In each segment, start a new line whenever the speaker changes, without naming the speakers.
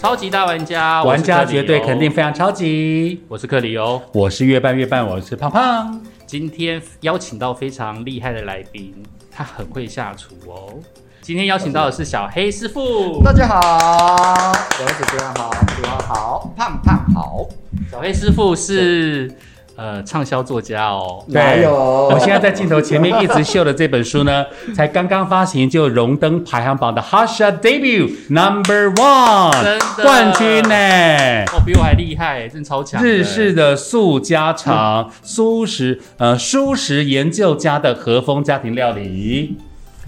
超级大玩家，
玩家
我是克里
绝
欧
对肯定。非常超级。
我是克里欧，
我是月半月半，我是胖胖。
今天邀请到非常厉害的来宾，他很会下厨哦。今天邀请到的是小黑师傅，
大家好，我是主持人好，主要好，胖胖好，
小黑师傅是呃畅销作家哦。
哪有
我现在在镜头前面一直秀的这本书 呢，才刚刚发行就荣登排行榜的 Hasha debut number one
真的
冠军呢、
哦，比我还厉害，真超强的！
日式的素家 常、素食呃素食研究家的和风家庭料理。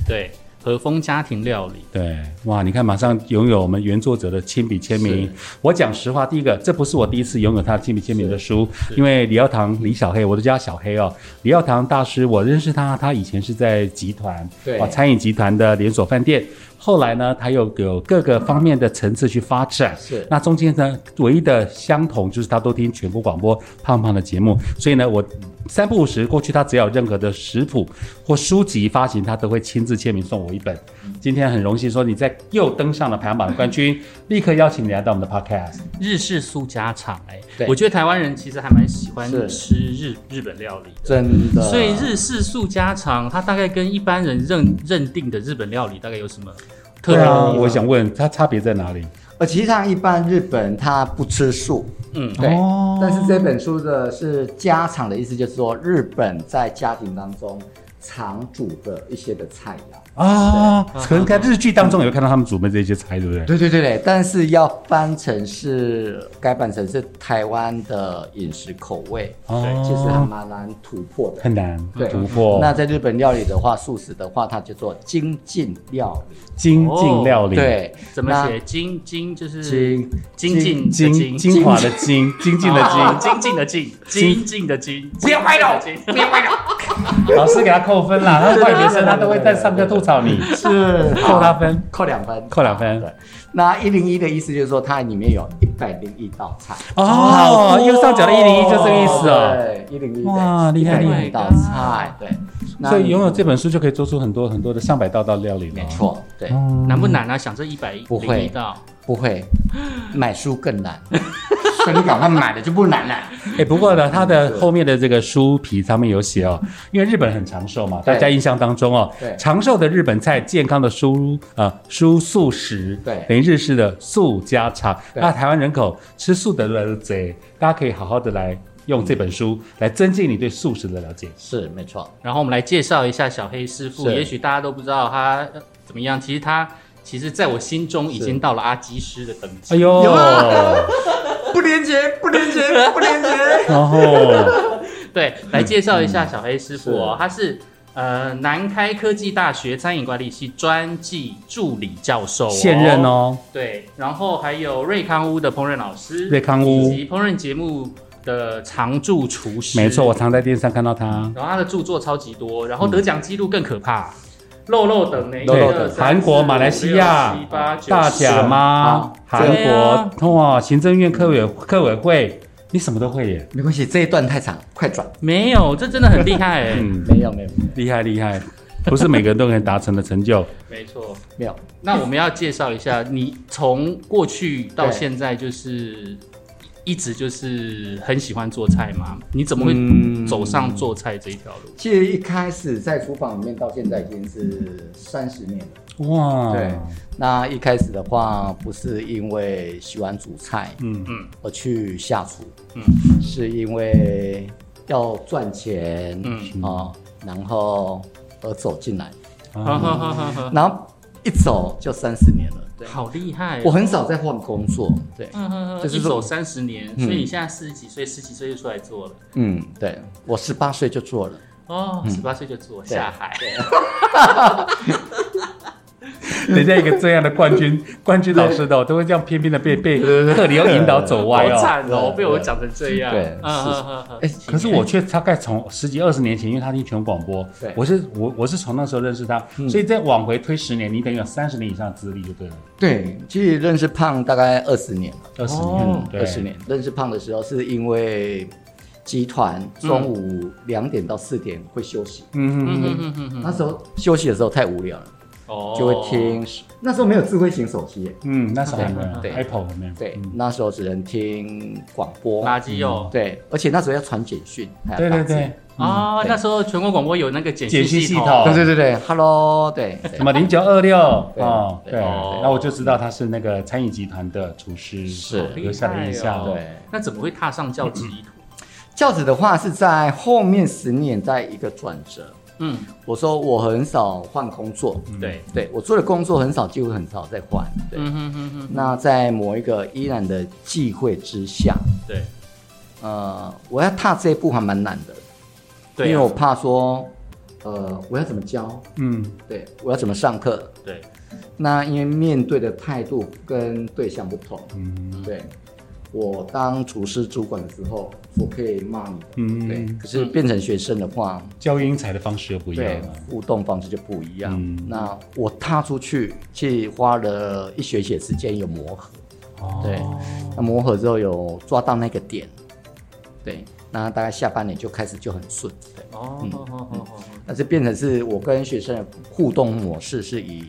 对和风家庭料理，
对，哇，你看，马上拥有我们原作者的亲笔签名。我讲实话，第一个，这不是我第一次拥有他亲笔签名的书，因为李耀堂、李小黑，我都叫他小黑哦。李耀堂大师，我认识他，他以前是在集团，
对
啊，餐饮集团的连锁饭店。后来呢，他又有各个方面的层次去发展。
是
那中间呢，唯一的相同就是他都听全国广播胖胖的节目，所以呢，我三不五时过去，他只要有任何的食谱或书籍发行，他都会亲自签名送我一本。今天很荣幸说你在又登上了排行榜的冠军，立刻邀请你来到我们的 podcast。
日式素家常、哎
对，
我觉得台湾人其实还蛮喜欢
是
吃日日本料理的。
真的，
所以日式素家常，它大概跟一般人认认定的日本料理大概有什么特
对
别的
啊，
地
我
方？
想问他差别在哪里？
呃，其实上一般日本他不吃素，
嗯，
对，
哦
但是这本书的是家常的意思，就是说日本在家庭当中常煮的一些的菜肴。
啊，
对
可能在日剧当中有看到他们准备这些菜，对不对？
对对对对，但是要翻成是改版成是台湾的饮食口味，
哦
其实还蛮难突破的。
很难
对
突破。
那在日本料理的话，素食的话，它叫做精进料理。
精进料理，，
对，
怎么
那
写？精精就是
精
精进的
精
精
精华的精，精进的
哦
精。
精进的进，精进的精，不要歪了，不要歪了。
老师给他扣分 啦，他是坏学生，他都会在上课吐槽你，
是
扣他分，
扣两分，
扣两分
对，那一零一的意思就是说，它里面有一百零一道菜。
哦，右上角的一零一就这个意思哦。
对，一零一
哇厉害
一
厉
害
道菜，对。那
所以
你
拥有这本书就可以做出很多很多的上百道道料理了。
没，错，对，
难不难啊？想这一百
不
零
会
一道，
不会，买书更难。 所以你赶快买了就不难了。
哎，不过呢，它的后面的这个书皮上面有写哦，因为日本很长寿嘛，大
对
家印象当中哦
对，
长寿的日本菜，健康的蔬啊蔬素食，
对
等于日式的素家常。
对
那台湾人口吃素的人贼，大家可以好好的来用这本书
嗯
来增进你对素食的了解。
是，没错。
然后我们来介绍一下小黑师傅，
是
也许大家都不知道他呃怎么样，其实他其实在我心中已经到了阿基师的等级。
哎
啊
呦，
不廉洁，不廉洁，不廉洁。
然
啊
后
对，来介绍一下小黑师傅哦，
是
他是呃南开科技大学餐饮管理系专技助理教授、
现任。哦，
对，然后还有瑞康屋的烹饪老师，
瑞康屋
以及烹饪节目的常驻厨师。
没错，我常在电视上看到他。
然后他的著作超级多，然后得奖记录更可怕，
嗯
漏漏等呢，
漏漏等
一二三
韩国
四五
马来西亚
六七八九
大
十
甲妈
啊、
韩
对啊
国哇、行政院科委科委会，你什么都会耶，
没关系，这一段太长，快转。
没有，这真的很厉害哎、
嗯，
没有，没有，
厉害厉害，不是每个人都能达成的成就。
没错。
没有。
那我们要介绍一下，你从过去到现在，就是一直就是很喜欢做菜吗？你怎么会
嗯
走上做菜这一条路？
其实一开始在厨房里面，到现在已经是三十年了。
哇，
对，那一开始的话，不是因为喜欢煮菜
嗯，
嗯
而去下厨，
嗯，
是因为要赚钱，
嗯
嗯哦，然后而走进来，
好
啊
好好好好，
然后一走就三十年了。对，
好厉害、哦
我很少在换工作。对，
嗯哼哼，
就是
一
说
走三十年，所以你现在四十几岁，十几岁就出来做了。
嗯，对我十八岁就做了。
哦，十八岁就做下海，
人家一个这样的冠军冠军老师的哦，都会这样偏偏的被被克里欧引导走歪
好
哦。
惨哦，
对
被我讲成这样。
对
嗯嗯嗯嗯
哎，可是我却大概从十几二十年前，因为他听全国广播
对，
我是我我是从那时候认识他，所以再往回推十年，你等于有三十年以上的资历就对了，
对，其实认识胖大概二十年了。
二十
哦
年，对
二十年认识胖的时候，是因为集团中午两点到四点会休息，
嗯
嗯
嗯
嗯嗯嗯嗯，
那时候休息的时候太无聊了，
哦
就会听。那时候没有智慧型手机耶，
嗯，那时候还没有
对
Apple 还没有，
对，那时候只能听广播，
垃圾哦。
对，而且那时候要传简讯，还
对
有打
对
字
对，
啊，
对
那时候全国广播有那个简
简讯
系
系统
对对对对，Hello，对，对
什么零九二六
对
哦，对，
对
哦
那我就知道他是那个餐饮集团的厨师，
是
哦留下的印象。
好厉害哦
对。
那怎么会踏上教职一途？
教子的话是在后面十年在一个转折。
嗯，
我说我很少换工作，
对，
对我做的工作很少，几乎很少在换。对，
嗯哼哼哼，
那在某一个依然的忌讳之下，
对
呃，我要踏这一步还蛮难的，
对啊，
因为我怕说，呃，我要怎么教，
嗯，
对我要怎么上课，
对
那因为面对的态度跟对象不同，
嗯
对我当厨师主管的时候，我可以骂你的，
嗯
对，可是变成学生的话，
教育英才的方式又不一样
对
了。，
互动方式就不一样。
嗯
那我踏出去，去花了一学期的时间有磨合，
哦
对，那磨合之后有抓到那个点，对，那大概下半年就开始就很顺，对，
哦，好好好好好
那这变成是我跟学生的互动模式是以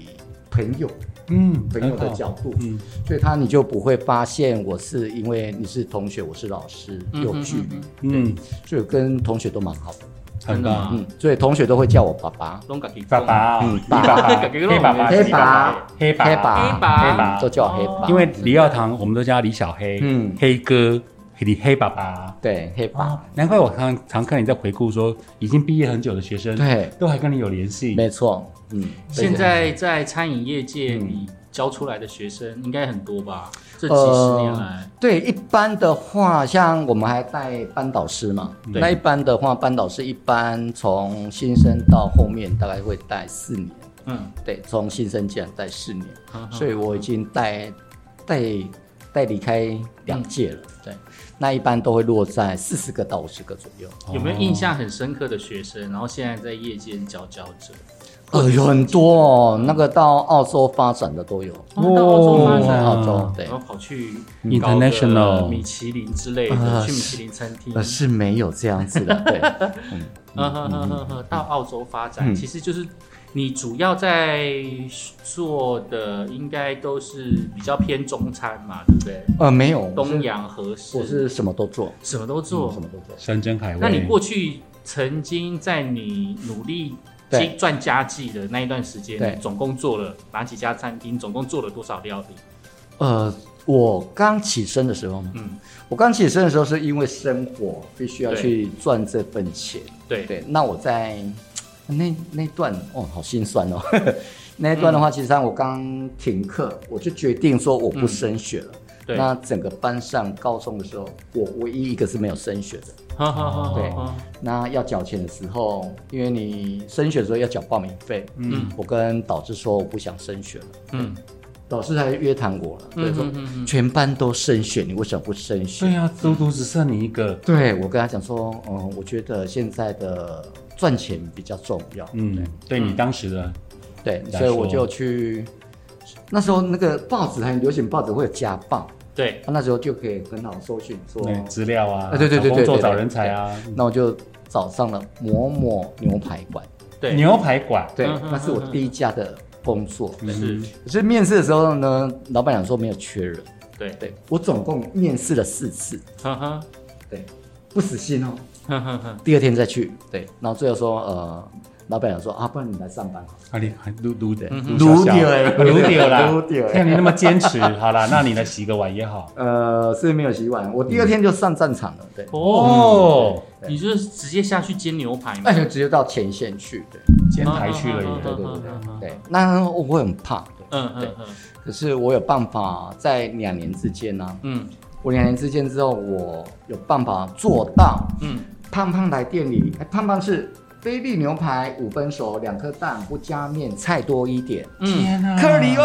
朋友
嗯，
朋友的
很好
角度，
嗯
所以他你就不会发现我是因为你是同学，我是老师有距离，
嗯，
所以我跟同学都蛮好的，
很
真的
棒。
吗？
嗯，所以同学都会叫我爸爸，
龙嘎给
爸，爸，
嗯
李爸爸，
爸
黑爸爸，
黑
李
爸
爸，黑爸，爸，
黑爸，
黑爸
黑爸
嗯都叫我黑爸，
因为李耀堂我们都叫他李小黑，
嗯
黑哥，李黑爸爸。
对黑爸。
啊，难怪我常常看你在回顾说，已经毕业很久的学生，
对，
都还跟你有联系。
没错，嗯，
现在在餐饮业界，你教出来的学生应该很多吧？这几十
呃
年来，
对一般的话，像我们还带班导师嘛，
对
那一般的话，班导师一般从新生到后面大概会带四年，
嗯，
对，从新生进来带四年，
嗯
所以我已经带带带离开
嗯
两届了，对，那一般都会落在四十个到五十个左右，
有没有印象很深刻的学生？然后现在在业界佼佼者，
呃，有很多哦，那个到澳洲发展的都有，
哦到澳洲发
在
展，哦
澳洲，对
然，后跑去
International
搞个米其林之类的，
呃
去米其林餐厅
呃，。是没有这样子的， 对。
嗯哼哼哼哼，到澳洲发展，
嗯
其实就是你主要在做的，应该都是比较偏中餐嘛，对不对？
呃，没有，我
东
是
洋和式，
我是什么都做，
什么都
嗯
做
什。么都做。
山珍海味？
那你过去曾经在你努力
对
经赚家计的那一段时间，
对
你总共做了哪几家餐厅？总共做了多少料理？
呃，我刚起身的时候，
嗯
嗯，我刚起身的时候是因为生活必须要
对
去赚这份钱，
对，
对。那我在那那段哦，好心酸哦。 那一段
嗯
的话，其实上我刚停课，我就决定说我不升学了。
对
那整个班上高中的时候，我唯一一个是没有升学的。
哈哈哈
对
哈，
那要缴钱的时候，因为你升学的时候要缴报名费，
嗯
嗯，我跟导师说我不想升学了。
嗯，
老师还约谈我了，对，说
嗯嗯嗯
全班都升学，你为什么不升学？
对呀，独独只剩你一个，
对我跟他讲说，嗯，我觉得现在的赚钱比较重要，
嗯，对你当时的，
对，
来
所以我
说
就去。那时候那个报纸还流行，报纸会有家暴，
对，
那时候就可以很好搜寻说，
对资料啊，
嗯啊对对对
找工
对
作
对对
找人才啊，
那我就找上了某某牛排馆，
对，
牛排馆，
对，
嗯嗯
那是我第一家的工作。
是，
可是面试的时候呢，老板娘说没有缺人，
对，
对我总共面试了四次，
哈哈，
对，不死心哦，
哈哈哈，
第二天再去，对，然后最后说，呃，老板娘说啊，不然你来上班好了，
啊，你还撸撸的，
撸
小
掉
小
欸
撸 掉啦，
撸掉欸
看你那么坚持， 好啦，那你来洗个碗也好。
呃，是没有洗碗，我第二天就上战场了，对，
哦，
嗯对
你就是直接下去煎牛排嘛
那？就哎直接到前线去，对，
煎台去
嗯
了耶，
嗯
对
嗯
对
嗯嗯
对，那我会很怕，对，
嗯嗯嗯
可是我有办法在两年之间呢、
嗯
我两年之间之后，我有办法做到，
嗯，
胖胖来店里，哎，胖胖是菲力牛排五分熟，两颗蛋，不加面，菜多一点，
嗯，
啊
克里哦。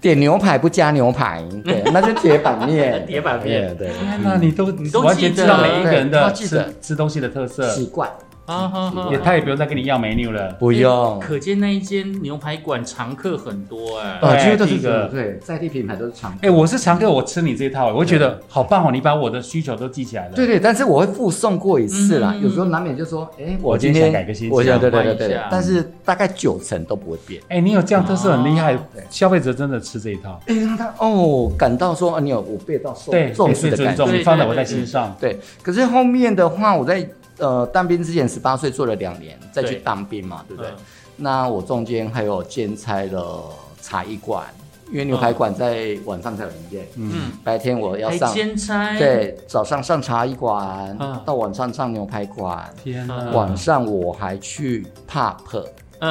点牛排不加 牛排，对，那就铁板面，
铁板面
对，对
天哪，你都
你都
完全
记得
知道每一个人
对
的
他记得
嗯
吃吃东西的特色，
习惯，
啊哈哈哎
也他也不用再跟你要 menu 了。
不用，
可见那一间牛排馆常客很多哎、
对
呃，几乎都
第
是
一个
对在地品牌都是常
哎、我是常客，我吃你这一套，我会觉得好棒哦！你把我的需求都记起来了。
对对，但是我会附送过一次啦，
嗯
有时候难免就说，哎，
我今
今
天
天
想改个心情
我想对对
换
对
一
对
下，
但是大概九成都不会变。
哎、你有这样特色很厉害，
哦
消费者真的吃这一套，
哎，让他哦感到说，啊，你有我被到受
对，
重
被
视的
尊
感觉。
重，
对
你放在
对
我在
对
心
对
上。
对，可是后面的话，我在呃当兵之前，十八岁做了两年，再去
对
当兵嘛，对不对？
嗯
那我中间还有兼差了茶艺馆，因为牛排馆在晚上才有营业，
嗯，
白天我要
还
上。
兼差，
对，早上上茶艺馆，
嗯
到晚上上牛排馆，
天啊哪，
嗯
晚上我还去 pub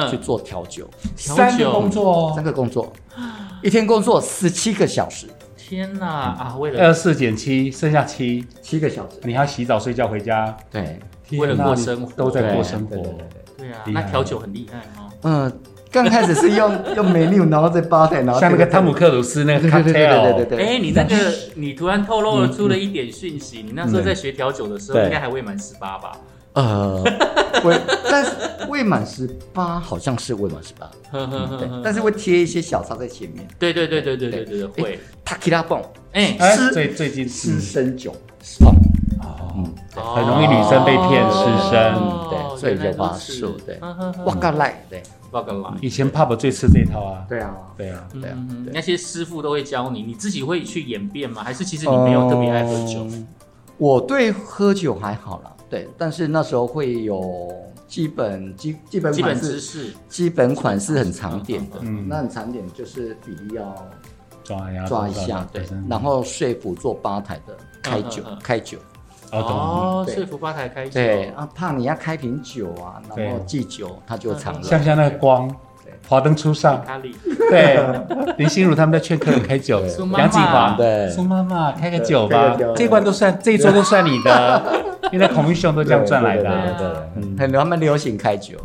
去
嗯，
做调酒，
调
三个
酒
工作哦，
三个工作，一天工作十七个小时，
天哪啊，为了
二四减七，剩下七，
七个小时，
你还要洗澡睡觉回家，
对，
为了
天哪
过
你
生活
都在过
对
生
对对
活
对。对
对啊，
厉害
那调酒很厉害哦。
嗯，刚开始是 用用 menu，然后再 bartender，然后
像那个汤姆
克，
克鲁斯那个
对对对对
cocktail，
对对对
哎、
对，
你那个你突然透露了出了一点讯息，你那时候在学调酒的时候，
对
应该还未满十八吧？
呃，未，但是未满十八，好像是未满十八，
呵呵呵
对
呵，
但是会贴一些小叉在前面
对对对对对对对对，会，
，Takira b o n
哎、
哎，
是
最最近
私
是
生酒，哦，
哦，
很
容易女生被
哦
骗失身
对所以有
嗯
话术对哇
哇
嘎赖，对，
哇个来，
以前 pub 最吃这一套啊。
对啊，
对啊，
对啊
嗯嗯嗯嗯
对
那些师傅都会教你，你自己会去演变吗？还是其实
哦
你没有特别爱喝酒？
嗯我对喝酒还好啦，对，但是那时候会有基本基基本
基本
款
知
式，
识，
基本款式很常点的，
嗯
那很常点就是比例要
抓呀
抓一下，对，然后说服做吧台的开酒
嗯嗯嗯
开酒，
哦
哦，
对
说服吧台开酒，
对啊，怕你要开瓶酒啊，
对
然后忌酒，他就藏
懂，像
了。
不像那个光
对，
华灯初上，
咖喱，
对，林心如他们在劝客人开酒，
苏妈妈
杨锦华，
对
苏妈妈开个酒吧
对开个，酒
这一罐都算，这一桌都算你 的，因为那孔明兄都这样赚来的啊。
对对对
嗯
很他们流行开酒，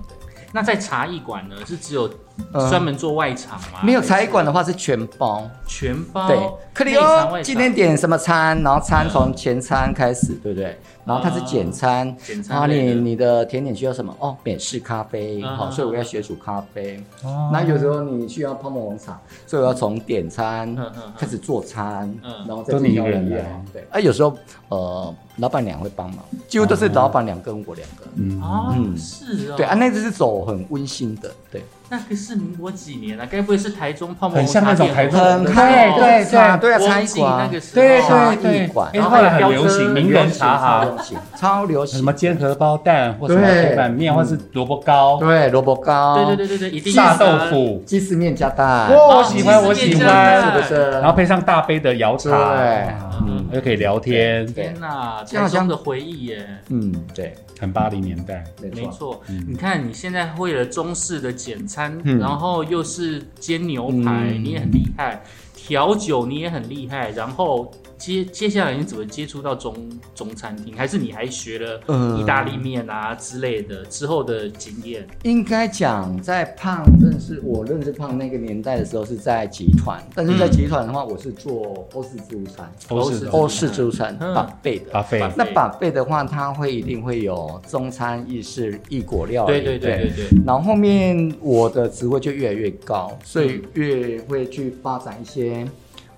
那在茶艺馆呢，是只有
嗯
专门做外场吗？
没有茶馆的话是全包。
全包，
对，克里
哦内场啊
欧
外场
今天点什么餐，然后餐从前餐开始，对不对？然后它是简餐，
啊简餐
然后
类
啊你
的
你的甜点需要什么？哦，美式咖啡，
啊
好，所以我要学煮咖啡。
哦
那有时候你需要泡沫红茶，所以我要从点餐
嗯嗯嗯
开始做餐，
嗯
然后再
都你一
挑
个人
原料
来
对，啊，有时候呃，老板娘会帮忙，几乎都是老板娘跟我两个。
啊，
嗯
是哦，
对啊，那只是走很温馨的，对，
那个是民国几年啊？该不会是台中泡沫
很
红茶
像那种
店
台中
红
很
的
开
那种
对对
对啊，
国
餐
际那
馆
个时候
对
茶
对对
艺馆，
哎，
然后
后来很
还有
流行
飙车
名人茶行，
行，超流
什
行
么。煎荷包蛋，或什么
对
铁板面，或是萝卜糕、
对，萝卜糕，
对对对对对，一定
炸
是啊
豆，腐，
鸡丝面加蛋，
哦，我
哦
喜欢，
鸡
我
丝面
喜
加
欢
蛋，
是不是？
然后配上大杯的摇茶，
对
哇
嗯
又可以聊天，
天哪，
这
台
样好像
中的回忆耶。
嗯，对，
很八零年代。
没
没错，
错，你看你现在为了中式的简餐，
嗯
然后又是煎牛排，
嗯
你也很厉害；调酒你也很厉害。然后接接下来你怎么接触到中中餐厅？还是你还学了
嗯
意大利面啊之类的之后的经验？
应该讲在胖认识我认识胖那个年代的时候是在集团，但是在
嗯
集团的话，我是做欧式自助餐，
欧式
自
的
助
欧式自助餐
嗯
把背的。
巴菲，
巴
那把背的话，它会一定会有中餐、意式、异国料理，
对对对对对，
然后后面我的职位就越来越高，所以
嗯
越会去发展一些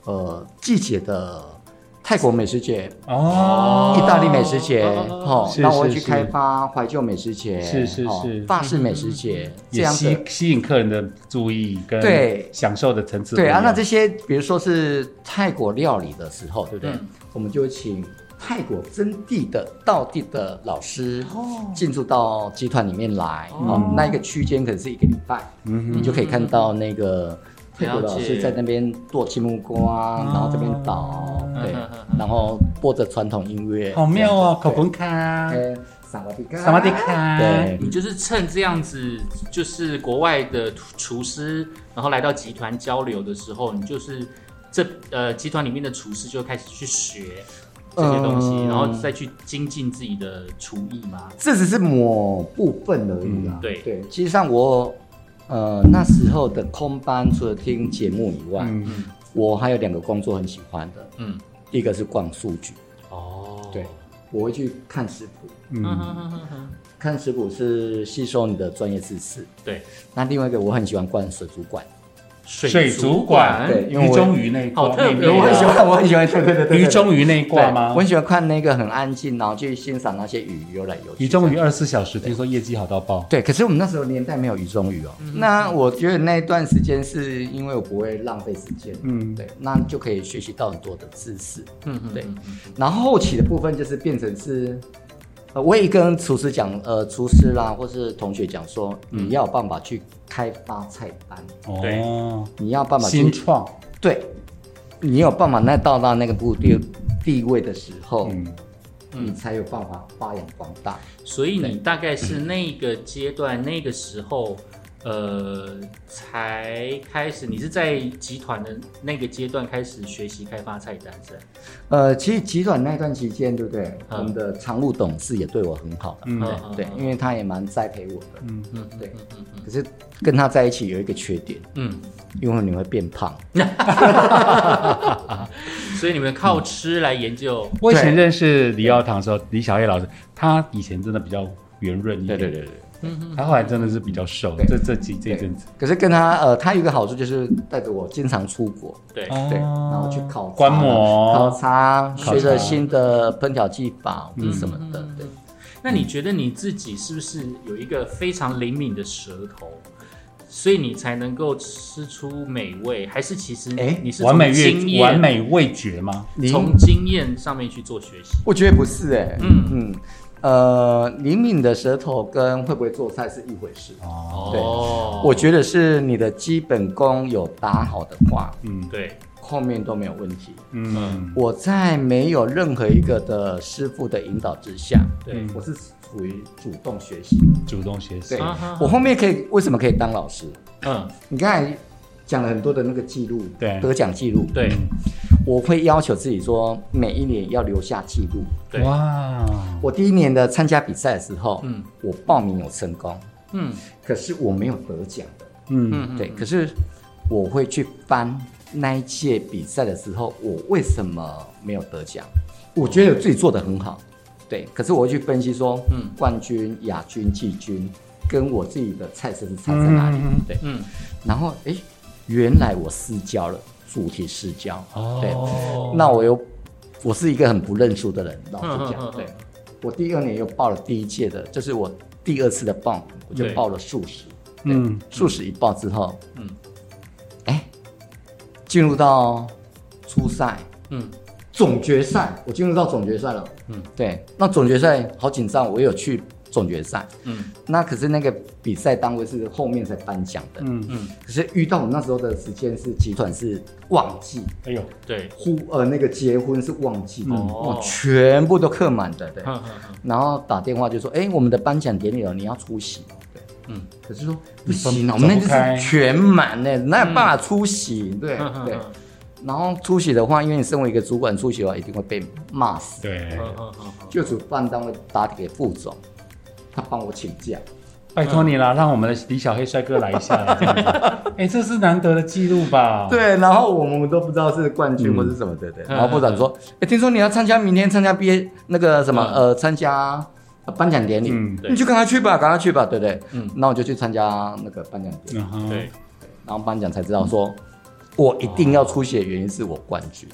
呃季节的泰国美食节、
哦，
意大利美食节，哦，
是
那我会去
是
开发怀旧美食节，
是是
哦
是嗯
法式美食节这
也
样
吸
子。
吸引客人的注意跟
对
享受的层次不一
对
样。
啊，那这些比如说是泰国料理的时候，对不对？
嗯
我们就会请泰国真地的道地的老师进驻到集团里面来，哦，那一个区间可能是一个礼拜，
嗯
你就可以看到那个泰国老
了
师
解
在那边剁青木瓜，然后这边倒，
嗯
对
嗯嗯嗯，
然后播着传统音乐，
好妙哦，口红卡，
哎，萨瓦迪卡，
萨瓦迪，卡，
对，
你就是趁这样子，就是国外的厨师，然后来到集团交流的时候，你就是这呃集团里面的厨师就开始去学这些东西，
嗯
然后再去精进自己的厨艺嘛。
这只是某部分而已啦
嗯。
对
对，其实上我呃那时候的空班，除了听节目以外，
嗯，
我还有两个工作很喜欢的，
嗯，
一个是逛数据，
哦，
对，我会去看食谱，
嗯，
看食谱是吸收你的专业知识。
对，
那另外一个我很喜欢灌水族馆，
水族馆，
对因为
鱼
我
中鱼那一挂
好特别
那
哦
一
我
挂
很喜欢，我很喜欢，对对对对，
啊鱼中鱼那一挂吗
我？很喜欢看那个很安静，然后去欣赏那些鱼游来游去。
鱼中鱼二十四小时，听说业绩好到爆。
对，可是我们那时候年代没有鱼中鱼哦。
嗯
那我觉得那一段时间是因为我不会浪费时间，
嗯
嗯，对，那就可以学习到很多的知识。
嗯嗯，
对
嗯，
然后后期的部分就是变成是，呃，我也跟厨师讲，呃，厨师啦，或是同学讲说，
嗯
你要有办法去开发菜单，
对
哦，
你要有办法
新
去
创，
对，你有办法那到达那个步地地位的时候，
嗯，
你才有办法发扬光大。
所以你大概是那个阶段、那个时候，呃，才开始，你是在集团的那个阶段开始学习开发菜单是吧？
呃，其实集团那段期间，对不对？
嗯
我们的常务董事也对我很好了，啊
嗯
嗯
对，因为他也蛮栽培我的。
嗯
对
嗯嗯嗯
可是跟他在一起有一个缺点，
嗯
因为你会变胖。
嗯，所以你们靠吃来研究，
我以前认识李耀堂的时候，李小叶老师，他以前真的比较圆润一点，
对对。
嗯
他后来真的是比较瘦，
对
这这几这一
对
阵子，
可是跟他呃，他有一个好处就是带着我经常出国，
对，
哦
对，然后去考察
观摩
哦考察，
察
学着新的烹调技法
嗯
或者什么的，对。
那你觉得你自己是不是有一个非常灵敏的舌头，所以你才能够吃出美味？还是其实
哎
你是
完美
从经
味
验
完美味觉吗？
你
从经验上面去做学习？
我觉得不是哎、
嗯
嗯嗯，呃，灵敏的舌头跟会不会做菜是一回事。
哦，
对
哦，
我觉得是你的基本功有打好的话，
嗯
对，
后面都没有问题。
嗯，
我在没有任何一个的师傅的引导之下，
对
嗯我是属于主动学习。
主动学习
对，
啊哈
我后面可以为什么可以当老师？
嗯，
你刚才讲了很多的那个记录，
对
得奖记录，
对
嗯
我会要求自己说每一年要留下记录。
对，
哇，
我第一年的参加比赛的时候，
嗯
嗯，我报名有成功，
嗯
可是我没有得奖的，
嗯，
嗯，
对，可是我会去翻那一届比赛的时候，我为什么没有得奖？我觉得我自己做的很好，对，可是我会去分析说，
嗯
嗯，冠军、亚军、季军，跟我自己的菜色是差在哪里？
嗯嗯嗯
对，
嗯，
然后诶，原来我失焦了，主题失焦，对，
哦，
那我又我是一个很不认输的人，老实
嗯嗯嗯
讲，对我第二年又报了第一届的，这是我第二次的报名，我就
对
报了数十，
嗯，
数十一报之后，
嗯
嗯，哎，进入到初赛、
嗯
总决赛，我进入到总决赛了，
嗯
嗯，对，那总决赛好紧张，我有去总决赛，
嗯
那可是那个比赛单位是后面才颁奖的，
嗯，
嗯，
可是遇到我那时候的时间是集团是旺季，
哎呦，
对，
呼呃那个结婚是旺季，
嗯
哇，哦全部都客满的，对。
哦嗯嗯
然后打电话就说，哎、我们的颁奖典礼了，你要出席哦，对。
嗯
可是说
你
不
分
行啊，我
走
们那
不开
就是全满呢，哪有办法出席？对
嗯，
对
嗯。
然后出席的话，因为你身为一个主管出席的话，一定会被骂死。
对，
嗯嗯
就主办单位打给副总，他帮我请假。
拜托你了，让我们的李小黑帅哥来一下 啦，这样子哎，这是难得的记录吧？，
对，然后我们都不知道是冠军或是什么的，对。
嗯
然后部长说：“哎，听说你要参加明天参加毕业那个什么
嗯
呃，参加呃颁奖典礼
嗯，
对
你就赶快去吧，赶快去吧，对不对？”
嗯
嗯，那我就去参加那个颁奖典礼，
嗯哼
嗯，对，
然后颁奖才知道说，我一定要出血，原因是我冠军。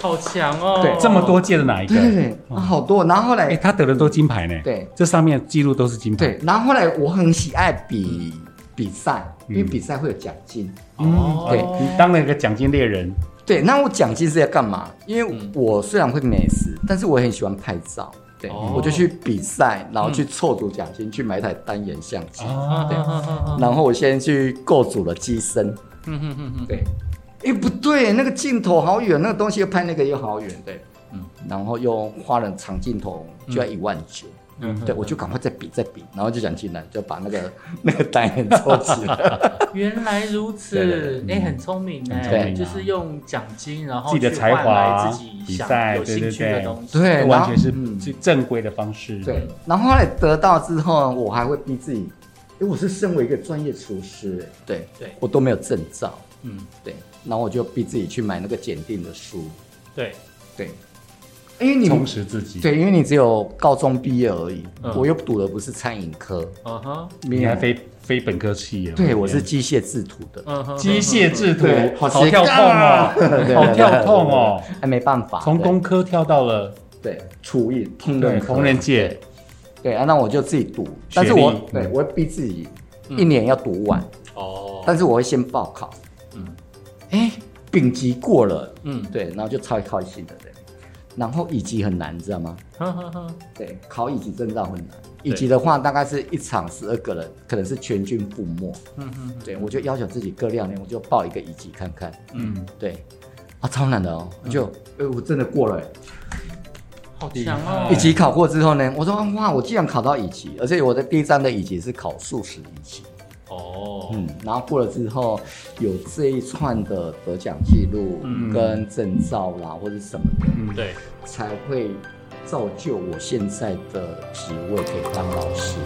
好强哦，
对
这么多届的哪一个？
对对对，啊好多。然后后
哎，
来
他得了都金牌呢。
对，
这上面记录都是金牌。
对，然后后来我很喜爱比比赛，因为比赛会有奖金。
嗯
哦，
对
你当了一个奖金猎人，
对，那我奖金是要干嘛？因为
嗯
我虽然会美食，但是我也很喜欢拍照。对，
哦
我就去比赛，然后去凑足奖金，去买一台单眼相机。
哦
对，嗯
然后我先去构筑了机身。
嗯嗯
对，哎，不对，那个镜头好远，那个东西又拍那个又好远。对，
嗯
嗯，然后又花了长镜头，就要一万九。
嗯，
对，我就赶快再比再比，然后就想进来，就把那个 那个单眼凑齐了。
原来如此，
嗯
哎，很聪明哎，
啊
就是用奖金，然后
自己的才华
自己
比
想
赛，
有
对
兴
对
趣的东
对，
西，
对
这
然后
完全是
嗯
最正规的方式。
对，然后后来得到之后，我还会逼自己，因为我是身为一个专业厨师，哎对
对
我都没有证照，
嗯，
对，然后我就逼自己去买那个检定的书，
对，
对，因为哎你
充实自己。，
对，因为你只有高中毕业而已，
嗯
我又读的不是餐饮科，
嗯哼，
没
你
有
还非非本科系耶？
对我是机械制图的，
嗯哼，
机械制图
对，
好
斜
跳
杠 啊
痛
对对
哦，
对
好跳痛哦，
对对哎，没办法，
从工科跳到了
对对厨艺烹
对
饪
烹饪界，
对啊，那我就自己读，但是我对我会逼自己一年要读完，
哦，
但是我会先报考，
嗯
嗯，哎，丙级过了，
嗯，
对，然后就超开心的，对，然后乙级很难，你知道吗？
哼哼哼，
对，考乙级证照很难。乙级的话，大概是一场十二个人，可能是全军覆没。
嗯哼，
对，我就要求自己各两年，我就报一个乙级看看。
嗯，
对，啊，超难的哦，我就，哎、我真的过了、
好强哦，
乙级考过之后呢，我说哇，我竟然考到乙级，而且我的第一张的乙级是考数十乙级。
哦，
嗯，然后过了之后，有这一串的得奖记录
嗯
跟证照啦，或者什么的，
嗯
对，
才会造就我现在的职位可以当老师。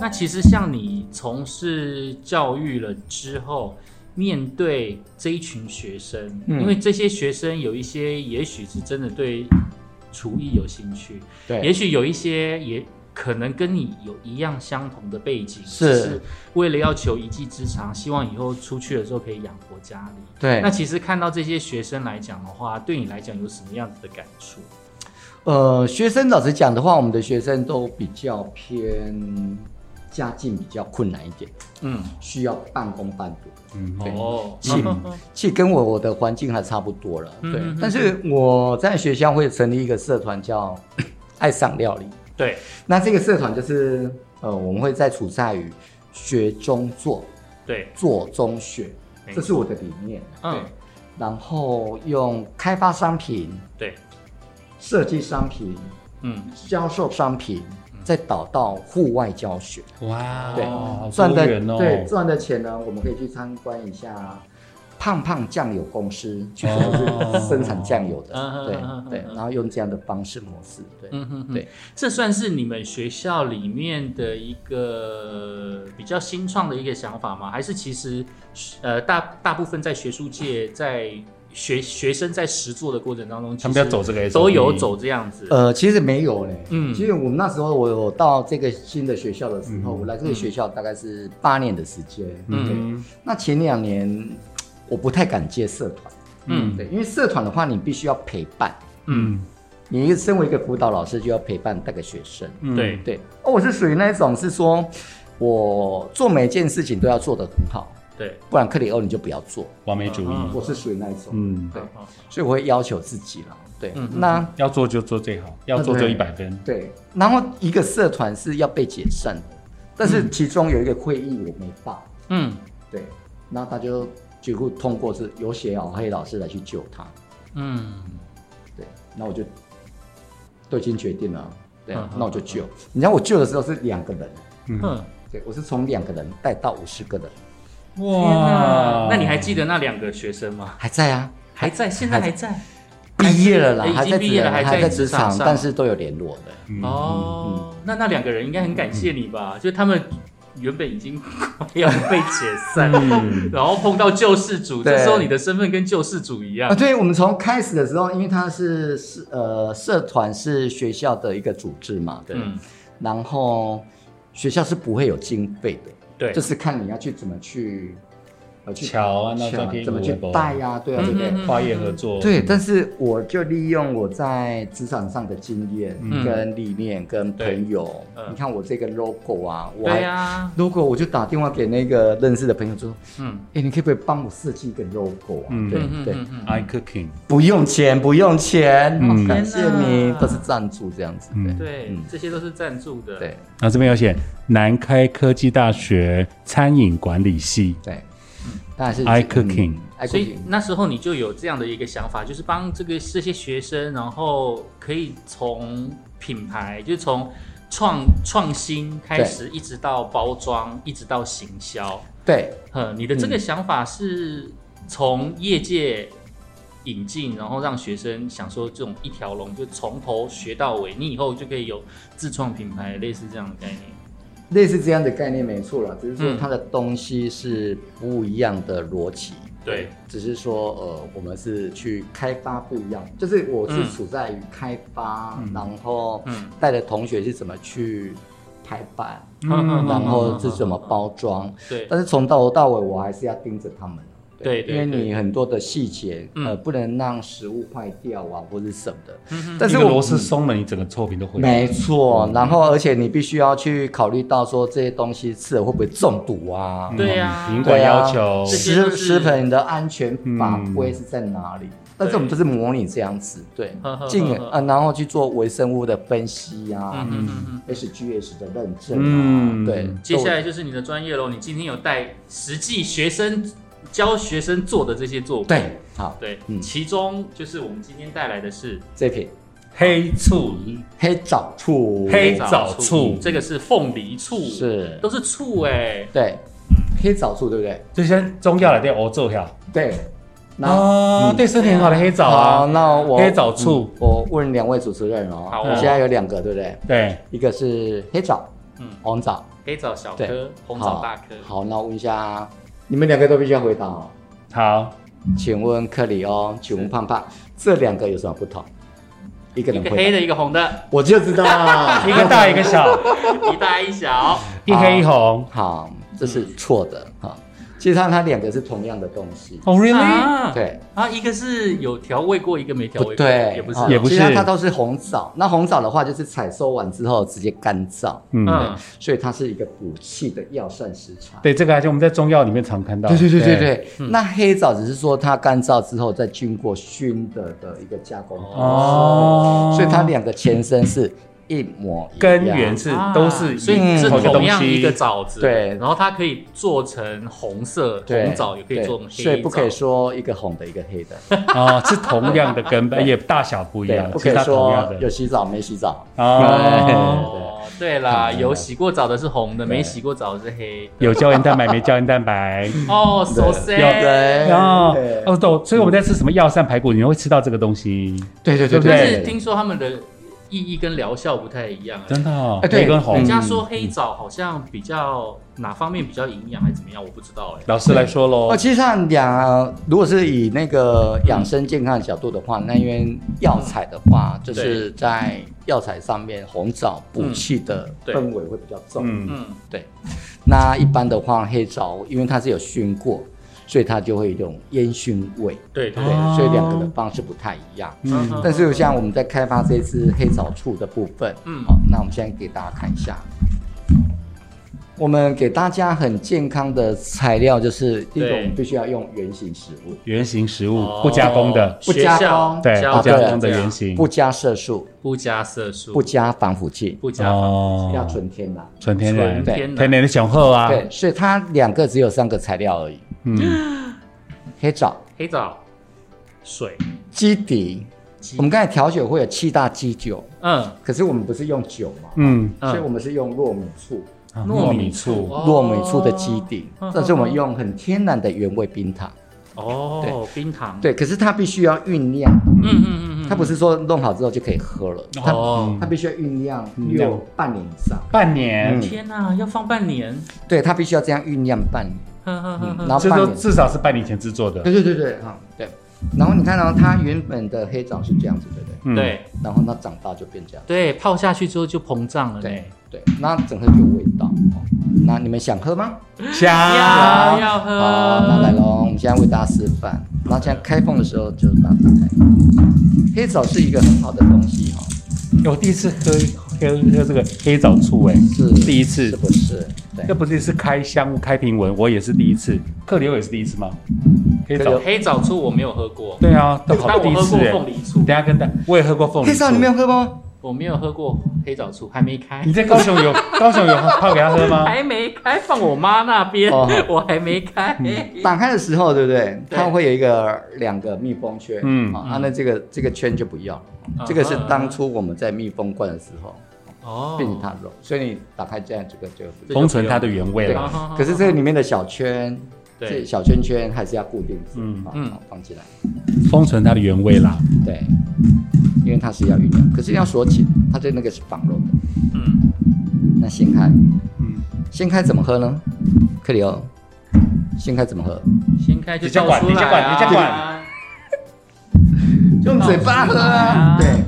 那其实像你从事教育了之后，面对这一群学生，
嗯
因为这些学生有一些也许是真的对厨艺有兴趣，
对
也许有一些也可能跟你有一样相同的背景，
是
只是为了要求一技之长，希望以后出去的时候可以养活家里。
对
那其实看到这些学生来讲的话，对你来讲有什么样子的感触？
呃，学生老实讲的话，我们的学生都比较偏家境比较困难一点，
嗯，
需要半工半读。
嗯
对
哦，
气其实跟我我的环境还差不多了，
嗯
对。
嗯嗯
但是我在学校会成立一个社团叫 爱上料理，
对，
那这个社团就是呃，我们会在处在于学中做，
对，
做中学
没，
这是我的理念。
嗯
对，然后用开发商品、
对，
设计商品、
嗯，
销售商品，再导到户外教学。
哇，
对
好
赚
多
的
元哦，
对赚的钱呢，我们可以去参观一下胖胖酱油公司，去
哦
是生产酱油
嗯
的
嗯，
对
嗯嗯
对，然后用这样的方式模式，对
嗯哼哼
对，
这算是你们学校里面的一个比较新创的一个想法吗？还是其实，呃，大大部分在学术界，在学学生在实做的过程当中，
他们要走这个 SOP
都有走这样子。
呃，其实没有嘞，
嗯
嗯，其实我们那时候我我到这个新的学校的时候，我来这个学校大概是八年的时间，嗯，
嗯，
那前两年我不太敢接社团，
嗯
对，因为社团的话你必须要陪伴，
嗯，
你身为一个辅导老师就要陪伴带个学生，
嗯
对，
对，哦，我是属于那一种是说，我做每件事情都要做得很好，
对，
不然克里欧你就不要做。
完美主义，
嗯
我是属于那一种，
嗯，
对，
好
所以我会要求自己了。对，
嗯
那
要做就做最好，要做就一百分，
对，然后一个社团是要被解散的，但是其中有一个会议我没报，
嗯
对，然后他就结果通过是有血咬黑老师来去救他，
嗯，
对，那我就都已经决定了，对啊
嗯，
那我就救。你知道我救的时候是两个人，
嗯
哼，
对我是从两个人带到五十个人，
天哪！那你还记得那两个学生吗？
还在啊。
还在，现在还在。
哎毕业了啦，
已
还
经
在
毕业了，
职
在
还在职
场
场，
上，
但是都有联络的。
嗯
哦，那那两个人应该很感谢你吧？就他们原本已经快要被解散，
嗯
然后碰到救世主，
对
这时候你的身份跟救世主一样
啊，。对，我们从开始的时候，因为它是是呃社团是学校的一个组织嘛，对，
嗯，
然后学校是不会有经费的，
对
就，是看你要去怎么去呃去
桥啊，那照
想
片
怎么去
有
带呀、对啊，
嗯
对不对？
嗯
跨业合作，
对，但是我就利用我在职场上的经验、跟历练、跟朋友，
对嗯
你看我这个 logo 啊，我
对
还、
呀，
logo 我就打电话给那个认识的朋友说，
嗯
哎、你可不可以帮我设计一个 logo 啊？
嗯
对
嗯
对，
嗯嗯
，I cooking，
不用钱，不用钱，
嗯
感谢你
天哪，
都是赞助这样子。
嗯，
嗯，
对，这些都是赞助的。
对
然后这边有写南开科技大学餐饮管理系，
对，当然是
I cooking
嗯，I
所以
cooking，
那时候你就有这样的一个想法，就是帮这个这些学生，然后可以从品牌，就是从创创新开始，一直到包装，一直到行销。
对，
呃，你的这个想法是从业界引进，然后让学生享受这种一条龙，就从头学到尾，你以后就可以有自创品牌，类似这样的概念。
类似这样的概念没错了，只是说
嗯
它的东西是不一样的逻辑。
对，
只是说，呃，我们是去开发不一样，就是我是
嗯
处在于开发，
嗯
然后
嗯
带着同学是怎么去排版，
嗯
然后是怎么包装，
对
但是从头到尾我还是要盯着他们。
对对
因为
对
你很多的细节，
嗯
呃，不能让食物坏掉啊，或者什么的。但
嗯
但
是
是
我
螺丝松了，你整个作品都毁了。
没错，然后而且你必须要去考虑到说这些东西吃了会不会中毒啊？
对呀
品
对
嗯管
啊
要求
嗯这些都
食
是嗯
食品的安全法规是在哪里？但是我们就是模拟这样子，对
呵呵呵，
进
呵
啊，然后去做微生物的分析啊
嗯嗯嗯嗯嗯。
，SGS 的认证啊，
嗯
对。
接下来就是你的专业喽，你今天有带实际学生教学生做的这些作品，
对，好，
对，
嗯
其中就是我们今天带来的是
这瓶
黑醋
黑枣醋，
黑枣醋
这个是凤梨醋，
是，
都是醋哎、
对，黑枣醋对不对？
这些中药来对欧洲呀，
对，那
啊，
嗯
对身体很好的黑枣
好，
啊，
那我
黑枣醋
嗯我问两位主持人哦，
好哦
我现在有两个对不对？
对，
一个是黑枣，
嗯
嗯，红枣，
黑枣小颗
对，
红枣大颗，
好，那我问一下，你们两个都必须要回答哦。
好，
请问克里哦，请问胖胖，这两个有什么不同？一个
一
人
个
回
黑
答，
的，一个红 的，
我就知道
一个大一个小，
一大一小，
啊
一黑一红。
好，这是错的哈。其实它它两个是同样的东西，
哦，really？
啊，
对
啊，一个是有调味过，一个没调
不
味过，
对？啊
也不哦是，
哈
也不是
其实它它都是红枣。那红枣的话，就是采收完之后直接干燥，
嗯，
嗯，
所以它是一个补气的药膳食材。
对，这个而且我们在中药里面常看到。
对对对对对，那黑枣只是说它干燥之后再经过熏的的一个加工，
哦，
所以它两个前身是一模一样
根源是
啊
都是
所以是
同一个
同
东
样一个
西。
枣子，
对
然后它可以做成红色
对
红枣，也可以
对
做成黑枣，
所以不可以说一个红的一个黑的，
哦，是同样的根本，
对
也大小不一
对
样，，
不
其
可
实
以
它同
说
样
有
的。
洗澡没洗澡，
哦，
哦，对啦，有洗过澡的是红的，没洗过澡的是黑。
有胶原蛋白没胶原蛋白。
哦，so
有
sad。
对
哦
对
哦，懂。所以我们在吃什么药膳排骨，你会吃到这个东西，
对对
对
对
不
但
对
是听说他们的意义跟疗效不太一样。啊
真的哦
哎，对
黑跟
人
红。
家说黑枣好像比较哪方面比较营养，还是怎么样，我不知道哎。
老师来说喽
哦，，其实上两，如果是以那个养生健康的角度的话，那因为药材的话，就是在药材上面红枣补气的
对
氛围会比较重。
嗯，
嗯，
对，那一般的话，黑枣因为它是有熏过，所以它就会有一种烟熏味。
对对
对，
对。
哦
所以两个的方式不太一样。
嗯
但是像我们在开发这支黑枣醋的部分，
嗯
好，那我们现在给大家看一下。我们给大家很健康的材料，就是第一个，
对
我们必须要用原形食物，
原型食物
哦
不加工的，
不加
学校
工
对，
教
不
这样
加工的原型，
不加色素，
不加色素，
不加防腐剂，
不加
要
哦，
纯天然。
纯天然
纯，
对
天然。
天然的雄厚啊，
对，所以它两个只有三个材料而已：
嗯，
黑枣、
黑枣、水、
基底。
鸡
我们刚才调酒会有七大基酒，
嗯
可是我们不是用酒嘛，
嗯，
嗯
所以我们是用糯米醋。
啊
糯
糯
米
米
醋
醋，
糯米醋的基底
哦，
但是我们用很天然的原味冰糖。
哦，冰糖。
对，可是它必须要酝酿，
嗯嗯嗯嗯
它不是说弄好之后就可以喝了，
嗯。
它
哦，
它必须要酝酿
酝嗯酿
有半年以上。
半年
嗯，
天哪，要放半年。
对，它必须要这样酝酿半年，
呵呵呵
嗯
呵。
然后
这
半
都
年。
至少是半年前制作的，
对对对对，哈、对。然后你看到、它原本的黑枣是这样子，对不对？
嗯，
对
然后它长大就变这样，
对，泡下去之后就膨胀了呢
对。对。那整个就有味道。哦那你们想喝吗？
加
要啊要
呃
喝。
好，那来喽，我们现在为大家示范。然后现在开封的时候就把它打开。黑枣是一个很好的东西哦哈、
我第一次喝喝喝这个黑枣醋，哎，
是
第一次
是不是？对
要，不是是开箱开瓶文，我也是第一次，克里欧也是第一次吗？黑
克里
枣
欧，
黑枣醋我没有喝过，
对啊，都好
但
第
我
一
喝
次
过
哎。
凤梨醋
等一，下跟大，我也喝过凤梨
黑
醋。
枣你没有喝吗？
我没有喝过黑枣醋，还没开
你，在高雄有高雄有泡给他喝吗？
还没开，放我妈那边
哦，
我还没开。
嗯
打开的时候，对不对？
对
它会有一个两个密封圈，
嗯
嗯，啊，那这个这个圈就不要了
嗯
这个是当初我们在密封罐的时候
哦
变成它肉，所以你打开这样这个就
这
不
就
封存它的原味
对
了。
好好好
可是这个里面的小圈
对
所以小圈圈还是要固定住，
嗯
啊
嗯
好放起来。
封存它的原味啦。
对，因为它是要酝酿，可是要锁紧，它对那个是绑肉的。
嗯，
那新开，
嗯，
新开怎么喝呢？克里欧，新开怎么喝？
先开就
你先
倒
管
出来、啊，
你先管你先管
用嘴巴喝
倒
啊。
出来
对
啊，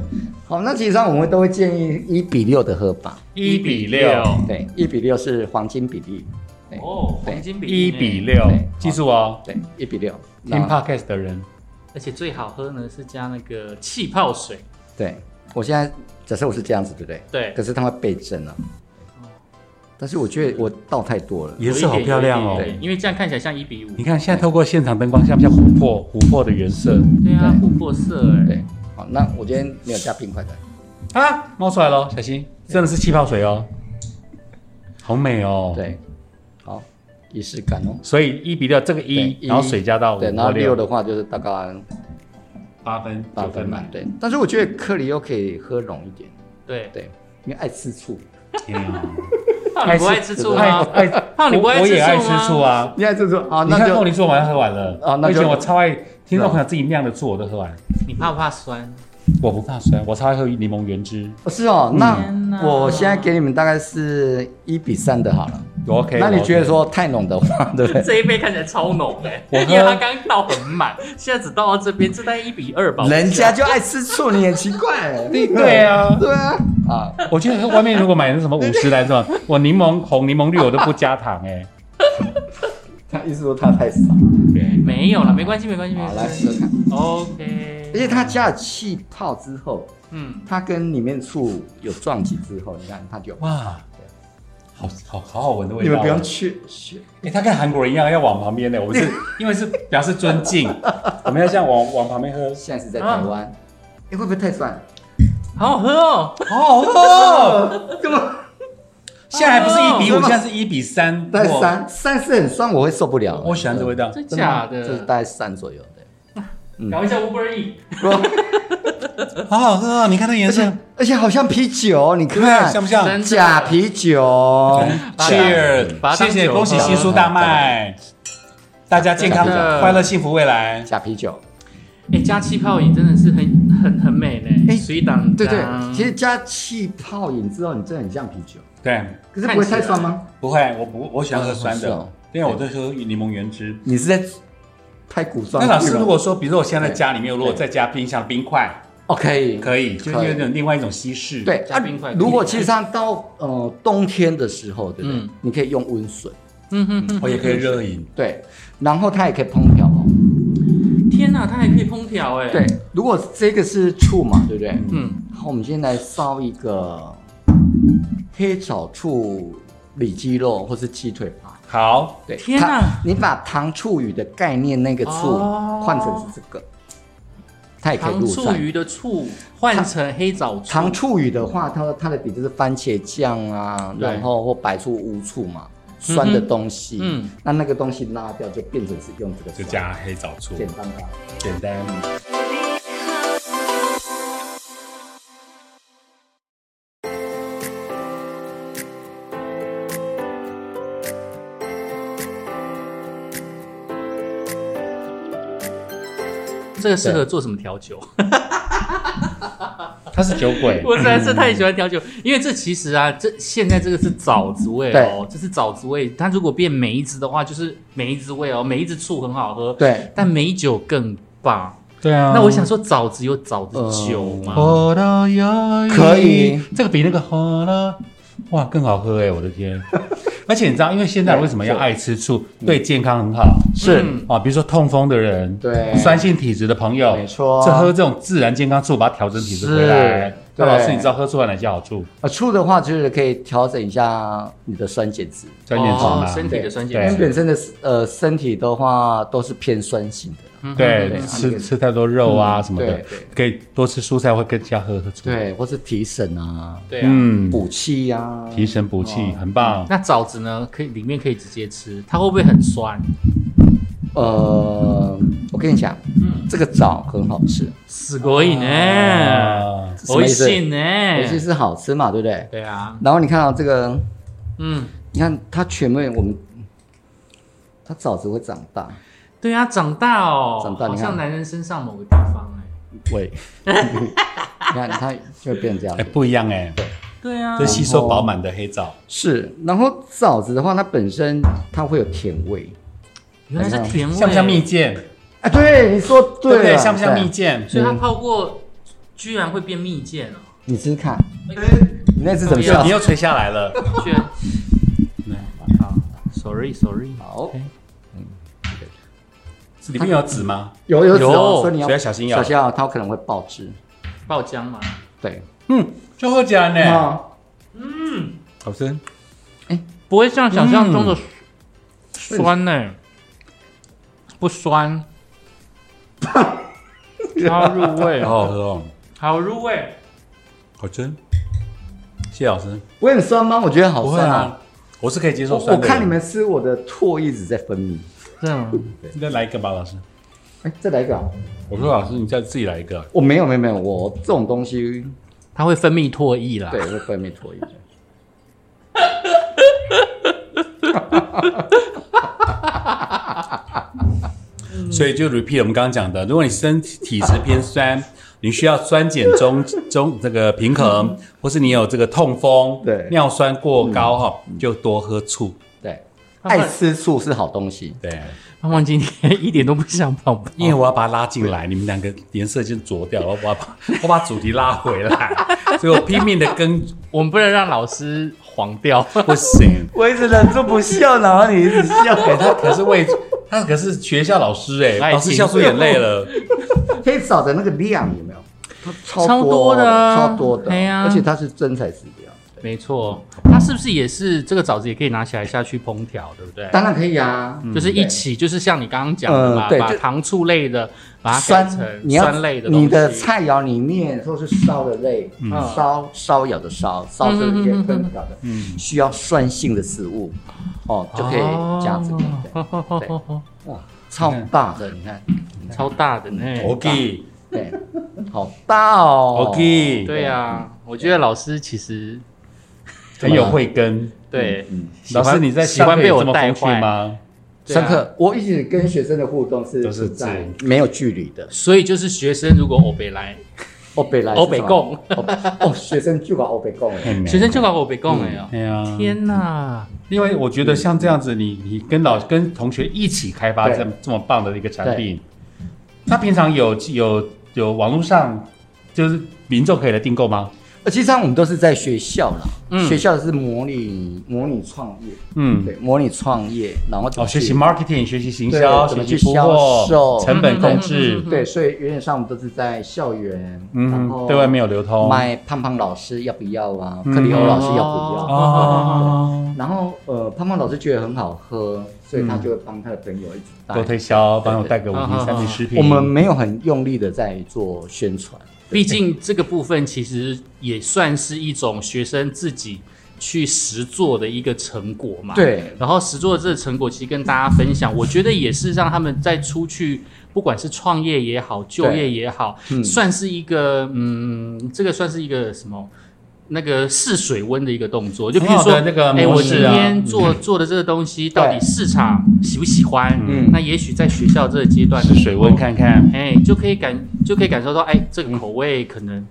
好，那其实上我们都会建议一比六的喝法。
一比六，
对，一比六是黄金比例。对，
哦，
对
黄金比例
一
呢
比，六
对，
记住哦。
对，一比六。
听
那
podcast 的人，
而且最好喝呢是加那个气泡水，
对，我现在假设我是这样子，对不对？
对
可是它会倍增啊。但是我觉得我倒太多了。
颜色好
有一点
漂亮哦
有一点有一点因为这样看起来像一比五
你，看现在透过现场灯光，像不像琥珀？琥珀的原色
对啊，
对
琥珀色哎、
对，好，那我今天没有加冰块的。
啊，冒出来咯，小心，真的是气泡水哦，好美哦。，
对，好，仪式感哦。
所以一比六，这个一，
对
然后水加到五
对，然后
或
六
六
的话就是大概
八分，
八
九
分
满
满。。对，但是我觉得克里又可以喝浓一点，
对，
对，因为爱吃醋。
天啊
胖你不爱吃醋啊
爱
啊
吗？
爱，
胖你不
我
爱
哎我
吃
也爱吃
醋吗
醋啊。
你爱吃醋啊？
你
那
看凤
就
梨酥，我马上喝完了。
啊那
我以
就
前我超爱听众朋友自己酿的醋，我都喝完。
你怕不怕酸？
我不怕酸，我超爱喝柠檬原汁。
不是哦。
天哪
那我现在给你们大概是一比三的好了。
我 OK，
那你
我
觉得
OK
说太浓的话， 对不对？
这一杯看起来超浓哎、
我
因
喝
为它刚倒很满，现在只倒到这边，这大概一比二吧。我
人
想
家就爱吃醋，你很奇怪。
对啊
对啊，啊，
我觉得外面如果买那什么五十来种，我柠檬红、柠檬绿我都不加糖哎、
他意思说他太少。
对，
没有了，没关系，没关系，没
好，来
关
试
系。
试看。
OK，
而且它加了气泡之后，
嗯，
它跟里面醋有撞击之后，你看它就
哇，好好好好闻的味道。
你们不用去去。
哎、它跟韩国人一样要往旁边的，我们是因为是表示尊 敬，我们要这样往往旁边喝。
现在是在台湾，哎、会不会太酸？
好好喝哦。
好好喝哦！
干嘛？
现在还不是一比五，
真的吗
现在是一比哦三。
但
哇
是，三三是很酸，我会受不了。
我喜欢这味道。
真
真的吗
假的？
这是大概三左右 的。嗯
搞一下 Uber E，
好好喝哦！你看那颜
而
色
且，而且好像啤酒，你
对不对？
看
像不像
真的
假啤酒，
把它把
？Cheers！
它当
谢谢，
酒
恭喜
喝
新书大卖，大家健康、
真
的
快乐、幸福未来。
假啤酒。
哎、加气泡饮真的是很很很美呢。
哎
水当
对对，啊其实加气泡饮之后，你真的很像啤酒，
对，
可是不会太酸吗？
不会，我不我喜欢喝酸的，
哦是哦
因为我都喝柠檬原汁。
你是在拍古装
那
剧吗？
老师，如果说，比如说我现在在
对
家里面，如果
对
再加冰箱冰块，
哦可以，
可以，就是
可以
有点另外一种稀释。
对啊
加冰块
如果其实上到呃冬天的时候，对不对？
嗯
你可以用温水，
嗯哼哼，
我也可以热饮。
对，然后它也可以烹调哦。
天哪、它还可以烹调哎。
对，，如果这个是醋嘛，对不对？
嗯，
好，我们先来烧一个黑枣醋里脊肉或是鸡腿排。
好，
对，
天
它
哪
你把糖醋鱼的概念那个醋
哦
换成是这个，它也可以
糖
入
醋
菜。
鱼的醋换成黑枣醋，
糖醋鱼的话，它它的底就是番茄酱啊，
对
然后或白醋、乌醋嘛，酸的东西。
嗯
嗯，那那个东西拉掉就变成是用这个
就
酸，
加黑枣醋，
简单吧。
简单。
这个适合做什么调酒？，
他是酒鬼
我实在是太喜欢调酒，因为这其实啊，这现在这个是枣子味哦，这是枣子味。它如果变梅子的话，就是梅子味哦，梅子醋很好喝，
对，
但梅酒更棒。
对啊
那我想说，枣子有枣子酒吗？
喝到有
可以，
啊这个比那个喝了哇更好喝哎！我的天， 而且你知道，因为现在人为什么要爱吃醋？对健康很好
嗯是
嗯
啊，比如说痛风的人，
对
酸性体质的朋友，
没错
这喝这种自然健康醋，把它调整体质回来
是。
那老师，
对
你知道喝出来哪些好处？
呃，醋的话就是可以调整一下你的酸碱值，
酸碱值
哦
嘛，
身体的酸
因为
碱值
本身的呃身体的话都是偏酸性的。
嗯
对，
嗯
吃吃太多肉啊什么的
对对，
可以多吃蔬菜，会更加喝喝醋。，
对，或是提神啊，
对啊。
嗯，
补气啊，
提神补气，很棒。
那枣子呢？可以里面可以直接吃，它会不会很酸？
呃，我跟你讲，
嗯，
这个枣很好吃，
すごい
嗯
ね，
啊
什么
美味
意
し
思
い
尤其
ね。
是好吃嘛，对不对？
对啊，
然后你看到这个，
嗯，
你看它全面我们，它它枣子会长大，
对啊，长大哦，
长
好
大你看
像男人身上某个地方哎、
喂，
你看它就会变成这样
哎，。不一样哎，
嗯
对啊
这，吸收饱满的黑枣，
是，然后枣子的话，它本身它会有甜味。
原来是甜味，
像不像蜜饯？
啊，对，你说
对不
对
对？
了，
像不像
对
蜜？饯？
所以它泡过居然会变蜜饯哦，
你试试看，
哎
你那只怎么
对
样
你？又垂下来了，
居然，好，sorry sorry，
好，
里面有籽吗？
有有籽哦
有
所以你要
所以要小心咬啊
小心咬，它可能会爆汁。
爆浆嘛，
对，
嗯，就会这样呢，
啊，
好吃。
不会像想象中的酸呢、不 酸，好入味哦，
好好喝哦，
好入味，
好吃。谢谢老师，
我很酸吗？我觉得好
不会
酸啊！
啊，我是可以接
我
受
我
酸的人。
看你们吃，我的唾一直在分泌。
这样
再来一个吧，老师。
哎，再来一个啊。
我说老师，你再自己来一个。啊
我没有没有没有，我这种东西
它会分泌唾液啦。
对会分泌 唾液。
所以就 repeat 我们刚刚讲的，如果你身体质偏 酸，你需要酸碱中中这个平衡，或是你有这个痛风、
嗯对嗯
尿酸过高哈，就多喝醋。
对，
他们
爱吃醋是好东西。
对，
胖胖今天一点都不想跑步，
因为我要把它拉进
哦
来，你们两个颜色先浊掉， 我把我把主题拉回来， 所以我拼命的跟
我们不能让老师黄 掉。
不行。
我一直忍住不笑，然后你一 直笑。
哎、他可是为他可是学校老师哎、
来
老师
请
笑出眼泪了。
黑枣的那个量有没有？它
超
超
多的啊
超多的，
哎呀
而且它是真材实料。
没错，它是不是也是这个枣子也可以拿起来下去烹调，对不对？
当然可以啊，
就是一起，就是像你刚刚讲的嘛，
呃对
把
就
糖醋类的把它改
酸
成
你要
酸类的东西。
你的菜肴里面说是烧的类，烧烧窑的烧，烧这些
嗯嗯嗯嗯嗯
烹调的，需要酸性的食物，哦，就可以加这个，对
哦，
哇，超大的，你看，
超大的呢。
哦
OK
对，好大哦
OK，
对啊，我觉得老师其实
很
哎
有慧根。
对
嗯
喜
老
欢
师你在
喜欢被我
上课也
带
这么风趣
坏？
吗？
对啊
上课我一直跟学生的互动是
都是
不在
自
没有距离的，
所以就是学生如果欧北来，
欧北来
欧北
贡，
共，
哦，学生就搞欧北贡了。
很美
学生就搞欧北共哎呀！
对
嗯
啊，
天哪！
因为我觉得像这样子，你你跟老跟同学一起开发
对
这么这么棒的一个产品，那平常有有有网络上就是民众可以来订购吗？
呃，其实上我们都是在学校啦，
嗯
学校是模拟模拟创业，
嗯，
对，模拟创业，然后怎么
哦，学习
去
marketing，学习行
对
销，
怎
学
么
习
去
铺
销售
货，成本控制
嗯，
对，所以原点上我们都是在校园，然
嗯，
后
对外面有流通。
卖胖胖老师要不要啊？
嗯
克里欧老师要不要？啊
哦，
然后呃，胖胖老师觉得很好喝，所
嗯
以他就会帮他的朋友一直带。
多推销，帮我带个五瓶三瓶食品。
我们没有很用力的在做宣传，
毕竟这个部分其实也算是一种学生自己去实做的一个成果嘛。。
对，
然后实做的这个成果，其实跟大家分享，我觉得也是让他们在出去，不管是创业也好，就业也好，
嗯
算是一个嗯，这个算是一个什么？那个试水温的一个动作，就比如
哦
很好
说
的那个
哎，
模
我今
式啊
天做做的这个东西，到底市场喜不喜欢？
嗯
那也许在学校这个阶段，
试水温，看看，
哎，就可以感就可以感受到，哎，这个口味可能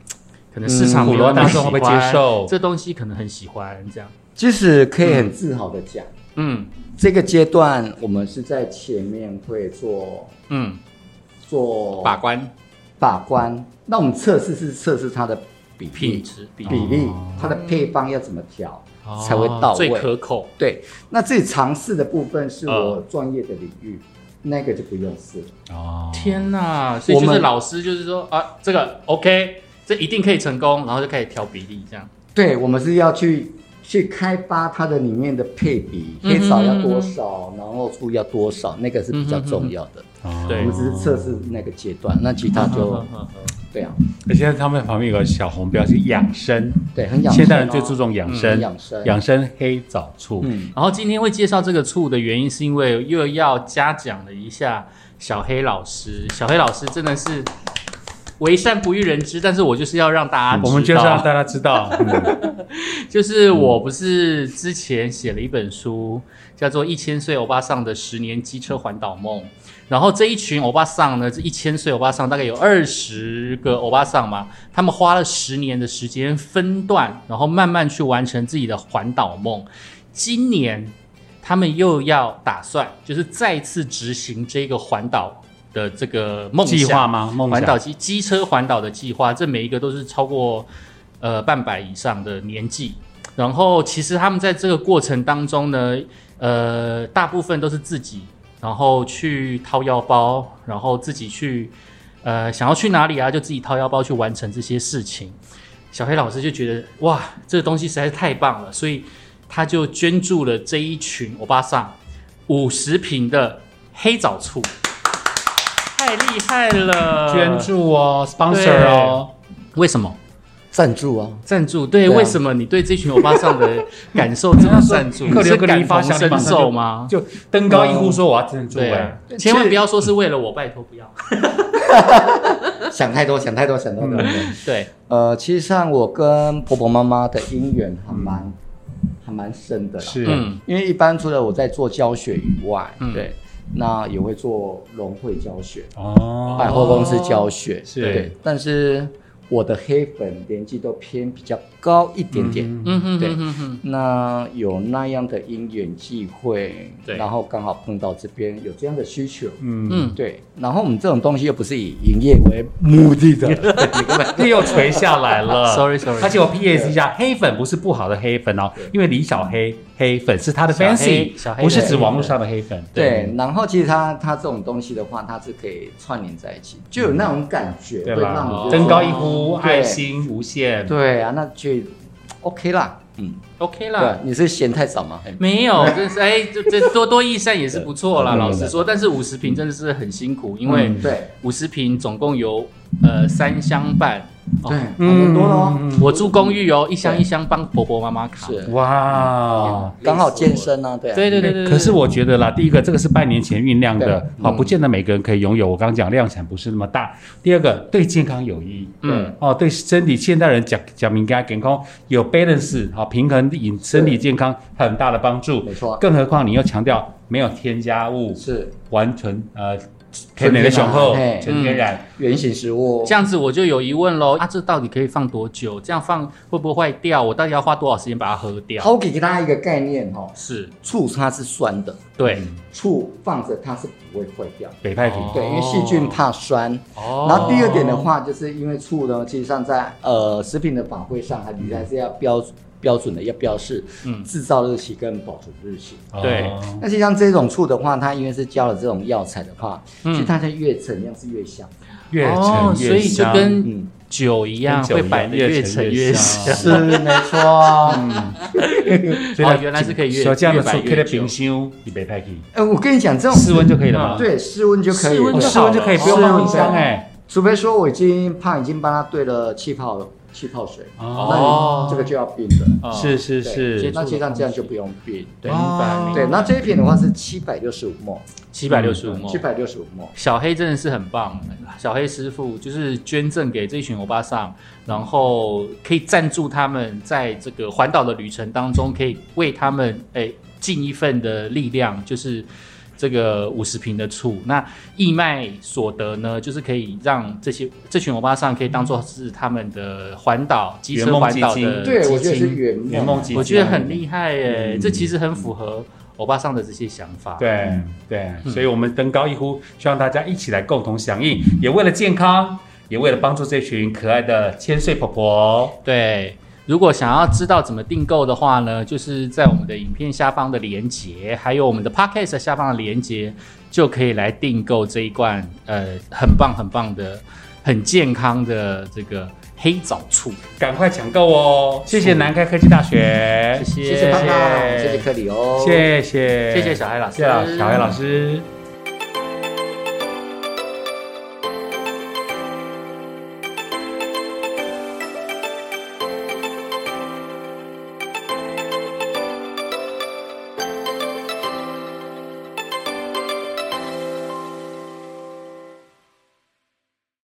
可能市场
普
没有
罗
大
大
众
众
喜欢
会不会接？受？
这东西可能很喜欢这样，
即使可以很自豪的讲，
嗯
这个阶段我们是在前面会做
嗯，
做
把关
把关。那我们测试是测试它的比
品
例，
质比
比例，它的配方要怎么调才会到
哦最
位。
可口。
对，那自己尝试的部分是
嗯
我专业的领域，那个就不用试了。
哦，
天哪！所以
我
就是
们
老师就是说啊，这个 OK，这一定可以成功，然后就开始调比例这样。
对，我们是要去去开发它的里面的配比，黑枣要多少，然后醋要多少，那个是比较重要的。
哦
对
我们只是测试那个阶段，那其他就
嗯嗯嗯
对啊，
而且他们旁边有个小红标是养生，
对，很养生哦。
现代人最注重养生，
嗯养生
养生黑枣醋，
嗯，
然后今天会介绍这个醋的原因，是因为又要嘉奖了一下小黑老师。小黑老师真的是为善不欲人知，但是我就是要让大家知道，
啊嗯我们就是让大家知道，嗯
就是我不是之前写了一本书，叫做《一千岁欧巴桑的十年机车环岛梦》，然后这一群欧巴桑呢，这一千岁欧巴桑大概有二十个欧巴桑嘛，他们花了十年的时间分段，然后慢慢去完成自己的环岛梦。今年他们又要打算，就是再次执行这个环岛的这个梦想
计划吗？梦
环岛
想
机机车环岛的计划，这每一个都是超过呃半百以上的年纪。然后其实他们在这个过程当中呢，呃，大部分都是自己，然后去掏腰包，然后自己去呃想要去哪里啊，就自己掏腰包去完成这些事情。小黑老师就觉得哇，这个东西实在是太棒了，所以他就捐助了这一群欧巴桑五十瓶的黑枣醋，太厉害了！
捐助哦，sponsor 哦，
为什么
赞助啊，
赞助？对，
对啊
为什么你对这群欧巴桑的感受这么赞助？
克
你
里
是
克里
感
发
同
想
身受吗？
就登高一呼说我要赞助
对
哎
啊，，千万不要说是为了我，拜托不要。
想太多，想太多，想太多。
对，
呃，其实上我跟婆婆妈妈的姻缘还蛮、还蛮深的啦。
是
嗯
因为一般除了我在做教学以外，
嗯
对，那也会做融会教学、
哦，
百货公司教学，
是
对。但是我的黑粉年纪都偏比较高一点点，
嗯
嗯哼
对
哼哼哼，
那有那样的因缘际会，
对
然后刚好碰到这边有这样的需求，
嗯，
嗯，
对。然后我们这种东西又不是以营业为目的 的，对根本
这 又垂下来了。
Sorry, sorry
而且我 P S 一下，黑粉不是不好的黑粉哦，因为李小黑黑粉是他的
小黑
fancy，
小黑
不是
人
指网络上的黑粉。
对，然后其实它它这种东西的话，它是可以串联在一起，就有那种感觉，
对
会让
吧
你？
哦
觉得
登
说
高一呼，
对
爱心无限。
对啊，那就 OK 啦，嗯，
，OK
对
啦。，
你是嫌太少吗？
没有，真是哎，这这多多益善也是不错啦。
对
老实说，但是五十瓶真的是很辛苦，因为
嗯
对
五十瓶总共有呃三箱半。哦
对，很多了哦，
嗯
我住公寓哦，一箱一箱帮婆婆妈妈扛。
是
哇。
刚好健身啊，对啊，
对对对对。对
可是我觉得啦，第一个这个是半年前酝酿的，
对
好，不见得每个人可以拥有。我刚刚讲量产不是那么大。第二个对健康有益，
嗯，
哦，对身体现代人讲讲敏感健康有 balance 好平衡饮身体健康很大的帮助。
没错，
更何况你又强调没有添加物，
是
完全呃天
纯
然
天然
的雄厚
嘿，嗯
纯天然。
原型食物
这，样子我就有疑问喽，啊，这到底可以放多久？这样放会不会坏掉？我到底要花多少时间把它喝掉？
好，我给大家一个概念哈，
是，
醋它是酸的，
对，
醋放着它是不会坏掉的，
北派体
哦
对，因为细菌怕酸，
哦
然后第二点的话，就是因为醋呢，其实上在呃食品的法规上，它你还是要标标准的，要标示
嗯
制造日期跟保存日期。
对
哦
那其实像这种醋的话，它因为是加了这种药材的话，
嗯
其实它在越陈酿是越香。
越
哦
沉
所
越
以就
香。
跟
嗯，
酒一样，
跟酒一
会
样
摆的越沉越
越
香
沉。
是没错。嗯，
所以 它
哦原来是可以越
小这样的
越摆
醋
越
可以在
久
冰箱，你北派体
哎，我跟你讲，这种
室温就可以了吗？
对室温就可以
室温就
哦，
了，
啊室温就可以不用放冰箱哎。
除非说我已经怕已经帮它兑了气泡气泡水，
哦
那你这个就要冰的。
哦
是是
对
是，
那其实上这样就不用冰。
对，
哦
明白明白。
对，那这一瓶的话是七百六十五沫。
七百六十五
七百六十五墨，
小黑真的是很棒，小黑师傅就是捐赠给这群欧巴桑，然后可以赞助他们在这个环岛的旅程当中，可以为他们诶尽一份的力量，就是这个五十瓶的醋。那义卖所得呢，就是可以让这些这群欧巴桑可以当做是他们的环岛机
圆
车
梦
环
基金
岛的
对我
基
觉得是
金，
圆梦
圆梦基金
我觉得很厉害耶、
嗯
这其实很符合欧巴桑的这些想法。
对对，所以我们登高一呼，希望大家一起来共同响应，也为了健康，也为了帮助这群可爱的千岁婆婆。
对，如果想要知道怎么订购的话呢，就是在我们的影片下方的连接，还有我们的 podcast 下方的连接，就可以来订购这一罐呃很棒很棒的、很健康的这个黑枣醋。
赶快抢购哦！谢谢南开科技大学，
谢
谢谢
谢
胖胖，谢谢克里哦，
谢谢
谢谢小黑老师，
谢谢小黑老师。